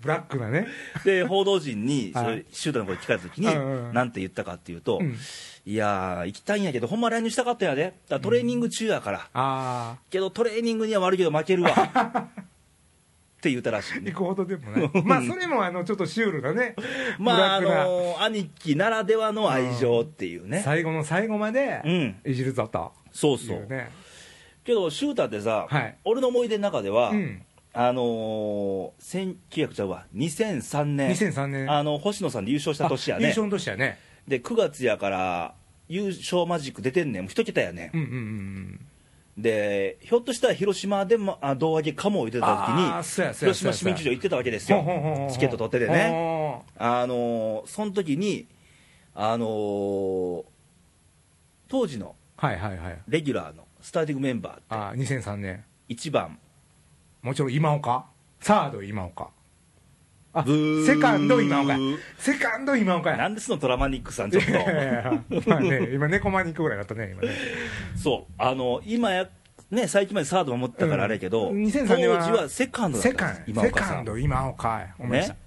[SPEAKER 2] ブラックなね
[SPEAKER 1] で報道陣に
[SPEAKER 2] はい
[SPEAKER 1] それシュートの声聞かれた時に
[SPEAKER 2] うんうん
[SPEAKER 1] なんて言ったかっていうと
[SPEAKER 2] うん
[SPEAKER 1] いやー行きたいんやけどほんま来年したかったんやでだからトレーニング中やから
[SPEAKER 2] ああ
[SPEAKER 1] けどトレーニングには悪いけど負ける
[SPEAKER 2] *laughs*
[SPEAKER 1] わって言ったらしいね
[SPEAKER 2] 行くほどでもないまあそれもあのちょっとシュールなね
[SPEAKER 1] *laughs* まああ
[SPEAKER 2] ブラックな
[SPEAKER 1] のー兄貴ならではの愛情っていうね
[SPEAKER 2] 最後の最後ま
[SPEAKER 1] う
[SPEAKER 2] で
[SPEAKER 1] ん
[SPEAKER 2] いじるぞと
[SPEAKER 1] そう
[SPEAKER 2] い
[SPEAKER 1] そうう
[SPEAKER 2] ね
[SPEAKER 1] けどシュータってさ
[SPEAKER 2] はい
[SPEAKER 1] 俺の思い出の中では
[SPEAKER 2] うん
[SPEAKER 1] あのー、1900ちゃうわ2003年
[SPEAKER 2] 2003年
[SPEAKER 1] あの星野さんで優勝した年や
[SPEAKER 2] 優
[SPEAKER 1] ね
[SPEAKER 2] 勝の年やね
[SPEAKER 1] で9月やから優勝マジック出てんねんもう一桁やね
[SPEAKER 2] うんうんうんうん
[SPEAKER 1] んでひょっとしたら広島でもあ胴上げかも言ってた時
[SPEAKER 2] あーそう
[SPEAKER 1] に
[SPEAKER 2] やそうや
[SPEAKER 1] 広
[SPEAKER 2] そ
[SPEAKER 1] 島
[SPEAKER 2] うや
[SPEAKER 1] 市民球場行ってたわけです
[SPEAKER 2] ほ
[SPEAKER 1] よ
[SPEAKER 2] んほんほんほん
[SPEAKER 1] チケット取っててね
[SPEAKER 2] ほ
[SPEAKER 1] あのー、その時にあのー当時の
[SPEAKER 2] んはいはいはい
[SPEAKER 1] レギュラーのスターティングメンバー
[SPEAKER 2] あー2003年
[SPEAKER 1] 1番
[SPEAKER 2] もちろん今岡サード今岡あ
[SPEAKER 1] ブー
[SPEAKER 2] セカンド今岡やセカンド今岡や
[SPEAKER 1] なんですのトラマニックさんちょっ
[SPEAKER 2] いやい *laughs* や
[SPEAKER 1] と
[SPEAKER 2] いやまあね、今、猫マニックぐらいだったね、今ね。
[SPEAKER 1] そうあの今やね最近までサード守ってたからあれやけど、
[SPEAKER 2] うん
[SPEAKER 1] 当
[SPEAKER 2] 2003
[SPEAKER 1] 時
[SPEAKER 2] 年は
[SPEAKER 1] はセカンドだっ
[SPEAKER 2] セ
[SPEAKER 1] た
[SPEAKER 2] カ
[SPEAKER 1] んです
[SPEAKER 2] ンド、
[SPEAKER 1] 今
[SPEAKER 2] セ
[SPEAKER 1] 岡
[SPEAKER 2] カ
[SPEAKER 1] さん
[SPEAKER 2] ンド、今岡い。思いました
[SPEAKER 1] ね。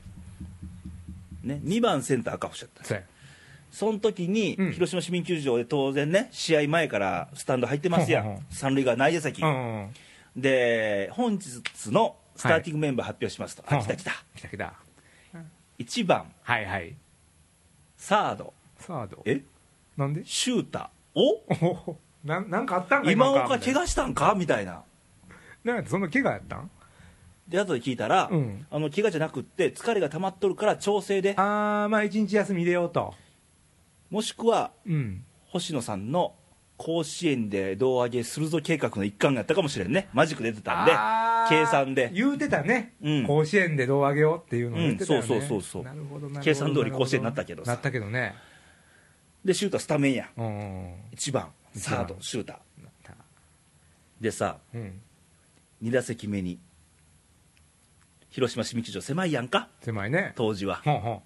[SPEAKER 1] ね2番センター赤星だった
[SPEAKER 2] そうや
[SPEAKER 1] その時に、
[SPEAKER 2] うん
[SPEAKER 1] 広島市民球場で当然ね試合前からスタンド入ってますやん、
[SPEAKER 2] ほんほんほん
[SPEAKER 1] 三塁側内野席、
[SPEAKER 2] うんうん。
[SPEAKER 1] で本日のスターティングメンバー発表しますと、
[SPEAKER 2] はい
[SPEAKER 1] あ来た来た
[SPEAKER 2] 来た来た。
[SPEAKER 1] 1番
[SPEAKER 2] はいはい。
[SPEAKER 1] サード
[SPEAKER 2] サード。
[SPEAKER 1] え
[SPEAKER 2] なんで
[SPEAKER 1] シューターお
[SPEAKER 2] おほほ *laughs* なんなんかあったんか
[SPEAKER 1] 今岡
[SPEAKER 2] みた
[SPEAKER 1] 怪
[SPEAKER 2] いな
[SPEAKER 1] 我したんかみたいな
[SPEAKER 2] なんかその怪我やったん
[SPEAKER 1] で後で聞いたら、
[SPEAKER 2] うん
[SPEAKER 1] あの怪我じゃなくって疲れが溜まっとるから調整で
[SPEAKER 2] あー、まあ一日休み入れようと。
[SPEAKER 1] もしくは
[SPEAKER 2] うん。
[SPEAKER 1] 星野さんの甲子園で胴上げするぞ計画の一環があったかもしれんねマジック出てたんで
[SPEAKER 2] あー
[SPEAKER 1] 計算で
[SPEAKER 2] 言うてたね
[SPEAKER 1] うん。
[SPEAKER 2] 甲子園で胴上げをっていうのを言ってたよね
[SPEAKER 1] うんそうそうそうそう
[SPEAKER 2] なるほどなるほど
[SPEAKER 1] 計算通り甲子園になったけどさ
[SPEAKER 2] なったけどね。
[SPEAKER 1] でシュータースタメンや
[SPEAKER 2] うんうんうん。
[SPEAKER 1] 1番
[SPEAKER 2] 一
[SPEAKER 1] サ
[SPEAKER 2] 番
[SPEAKER 1] ードシューター
[SPEAKER 2] なった
[SPEAKER 1] でさ
[SPEAKER 2] うん。
[SPEAKER 1] 2打席目に広島市民球場狭いやんか
[SPEAKER 2] 狭いね。
[SPEAKER 1] 当時は
[SPEAKER 2] ほんほん。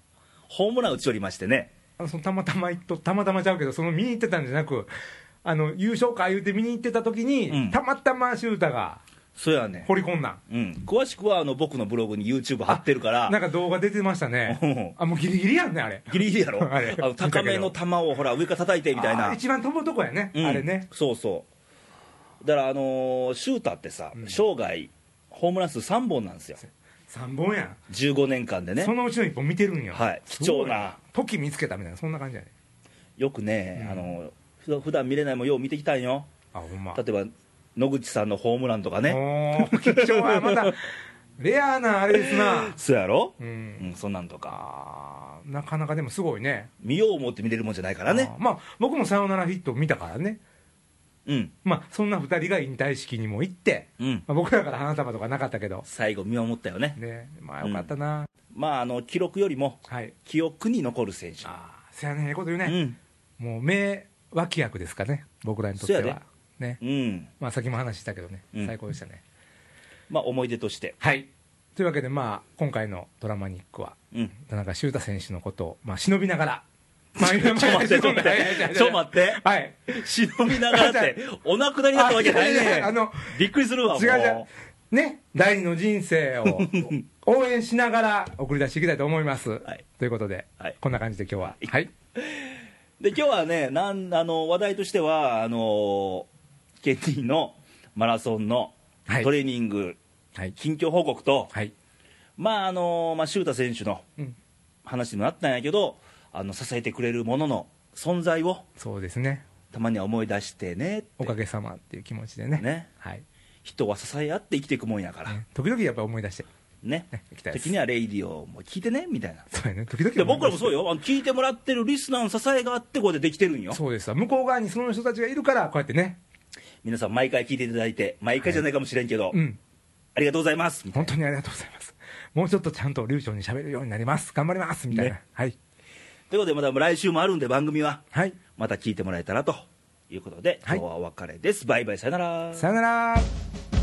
[SPEAKER 1] ホームラン打ち寄りましてね
[SPEAKER 2] あのそのたまたま行っとたまたまちゃうけどその見に行ってたんじゃなくあの優勝か言うて見に行ってた時に、
[SPEAKER 1] うん
[SPEAKER 2] たまたまシュータが
[SPEAKER 1] そうやね
[SPEAKER 2] 掘り込んだ
[SPEAKER 1] うん詳しくはあの僕のブログに YouTube 貼ってるから
[SPEAKER 2] なんか動画出てましたねあもうギリギリやんねあれ
[SPEAKER 1] ギリギリやろ
[SPEAKER 2] *laughs* あれ
[SPEAKER 1] あの高めの球をほら上から叩いてみたい
[SPEAKER 2] あー
[SPEAKER 1] な
[SPEAKER 2] 一番飛ぶとこやね、
[SPEAKER 1] うん
[SPEAKER 2] あれね
[SPEAKER 1] そうそうだからあのーシューターってさ、生涯ホームラン数3本なんですよ
[SPEAKER 2] 3本やん、
[SPEAKER 1] 15年間でね
[SPEAKER 2] そのうちの1本見てるんよ
[SPEAKER 1] はい
[SPEAKER 2] すご
[SPEAKER 1] 貴重な
[SPEAKER 2] 時見つけたみたいなそんな感じやね
[SPEAKER 1] よくね、
[SPEAKER 2] うん
[SPEAKER 1] あのふ普段見れないもんよう見てきたんよ
[SPEAKER 2] あほんま
[SPEAKER 1] 例えば野口さんのホームランとかね
[SPEAKER 2] おー貴重
[SPEAKER 1] *laughs*
[SPEAKER 2] やまたレアなあれですな
[SPEAKER 1] そうやろ、う
[SPEAKER 2] う
[SPEAKER 1] んん、そんなんとか
[SPEAKER 2] あーなかなかでもすごいね
[SPEAKER 1] 見よう思って見れるもんじゃないからね
[SPEAKER 2] あーまあ僕もサヨナラヒット見たからね
[SPEAKER 1] うん
[SPEAKER 2] まあ、そんな2人が引退式にも行って、
[SPEAKER 1] うん
[SPEAKER 2] まあ、僕らから花束とかなかったけど、
[SPEAKER 1] 最後見守ったよね
[SPEAKER 2] ね、まあよかったな、
[SPEAKER 1] まああの記録よりも
[SPEAKER 2] はい、
[SPEAKER 1] 記憶に残る選手
[SPEAKER 2] ああ、せやねええこと言うね、
[SPEAKER 1] うん
[SPEAKER 2] もう名脇役ですかね、僕らにとって
[SPEAKER 1] せや
[SPEAKER 2] は、ね
[SPEAKER 1] うん
[SPEAKER 2] まあ、先も話したけどね、
[SPEAKER 1] うん
[SPEAKER 2] 最高でしたね。
[SPEAKER 1] まあ思い出として
[SPEAKER 2] はいというわけで、まあ、今回のドラマニックは、
[SPEAKER 1] うん
[SPEAKER 2] *laughs* 田中修太選手のことを、まあ、忍びながら、まあ、ちょ
[SPEAKER 1] *laughs* ちょっと待ってちょ
[SPEAKER 2] *laughs*
[SPEAKER 1] っと待ってちょっと待って
[SPEAKER 2] はい、
[SPEAKER 1] 忍びながら
[SPEAKER 2] *laughs*
[SPEAKER 1] ってお亡くなりになったわけない
[SPEAKER 2] あいやい
[SPEAKER 1] ね
[SPEAKER 2] やあの
[SPEAKER 1] びっくりするわもう
[SPEAKER 2] 違う違うね第二の人生を
[SPEAKER 1] *laughs*
[SPEAKER 2] 応援しながら送り出していきたいと思います、
[SPEAKER 1] はい
[SPEAKER 2] ということで、
[SPEAKER 1] はい
[SPEAKER 2] こんな感じで今日は
[SPEAKER 1] はい
[SPEAKER 2] はい
[SPEAKER 1] で今日はねなんあの話題としてはあの KT のマラソンの
[SPEAKER 2] はい
[SPEAKER 1] トレーニング、
[SPEAKER 2] はい、
[SPEAKER 1] 近況報告と、
[SPEAKER 2] はい
[SPEAKER 1] まああのまあ、修太選手の
[SPEAKER 2] うん
[SPEAKER 1] 話にもなったんやけどあの支えてくれるものの存在を
[SPEAKER 2] そうですね
[SPEAKER 1] たまには思い出してねって
[SPEAKER 2] おかげさまっていう気持ちでね
[SPEAKER 1] ね
[SPEAKER 2] はい、
[SPEAKER 1] 人は支え合って生きていくもんやから
[SPEAKER 2] ね時々やっぱ思い出して
[SPEAKER 1] ね
[SPEAKER 2] ね行きたいです
[SPEAKER 1] 時にはレイディオも聞いてねみたいな
[SPEAKER 2] そうやね時々
[SPEAKER 1] で僕らもそう
[SPEAKER 2] よ
[SPEAKER 1] よあの聞いてもらってるリスナーの支えがあってこうやってできてるんよ
[SPEAKER 2] そうですわ向こう側にその人たちがいるからこうやってね
[SPEAKER 1] 皆さん毎回聞いていただいて毎回じゃないかもしれんけど、
[SPEAKER 2] うん
[SPEAKER 1] ありがとうございますみたい
[SPEAKER 2] 本
[SPEAKER 1] な
[SPEAKER 2] 当にありがとうございますもうちょっとちゃんと流暢に喋るようになります頑張りますみたいな、
[SPEAKER 1] ね
[SPEAKER 2] はい
[SPEAKER 1] ということでまた来週もあるんで番組は
[SPEAKER 2] はい
[SPEAKER 1] また聞いてもらえたらということで
[SPEAKER 2] は
[SPEAKER 1] 今
[SPEAKER 2] い
[SPEAKER 1] 日はお別れです、バイバイさよなら
[SPEAKER 2] さよなら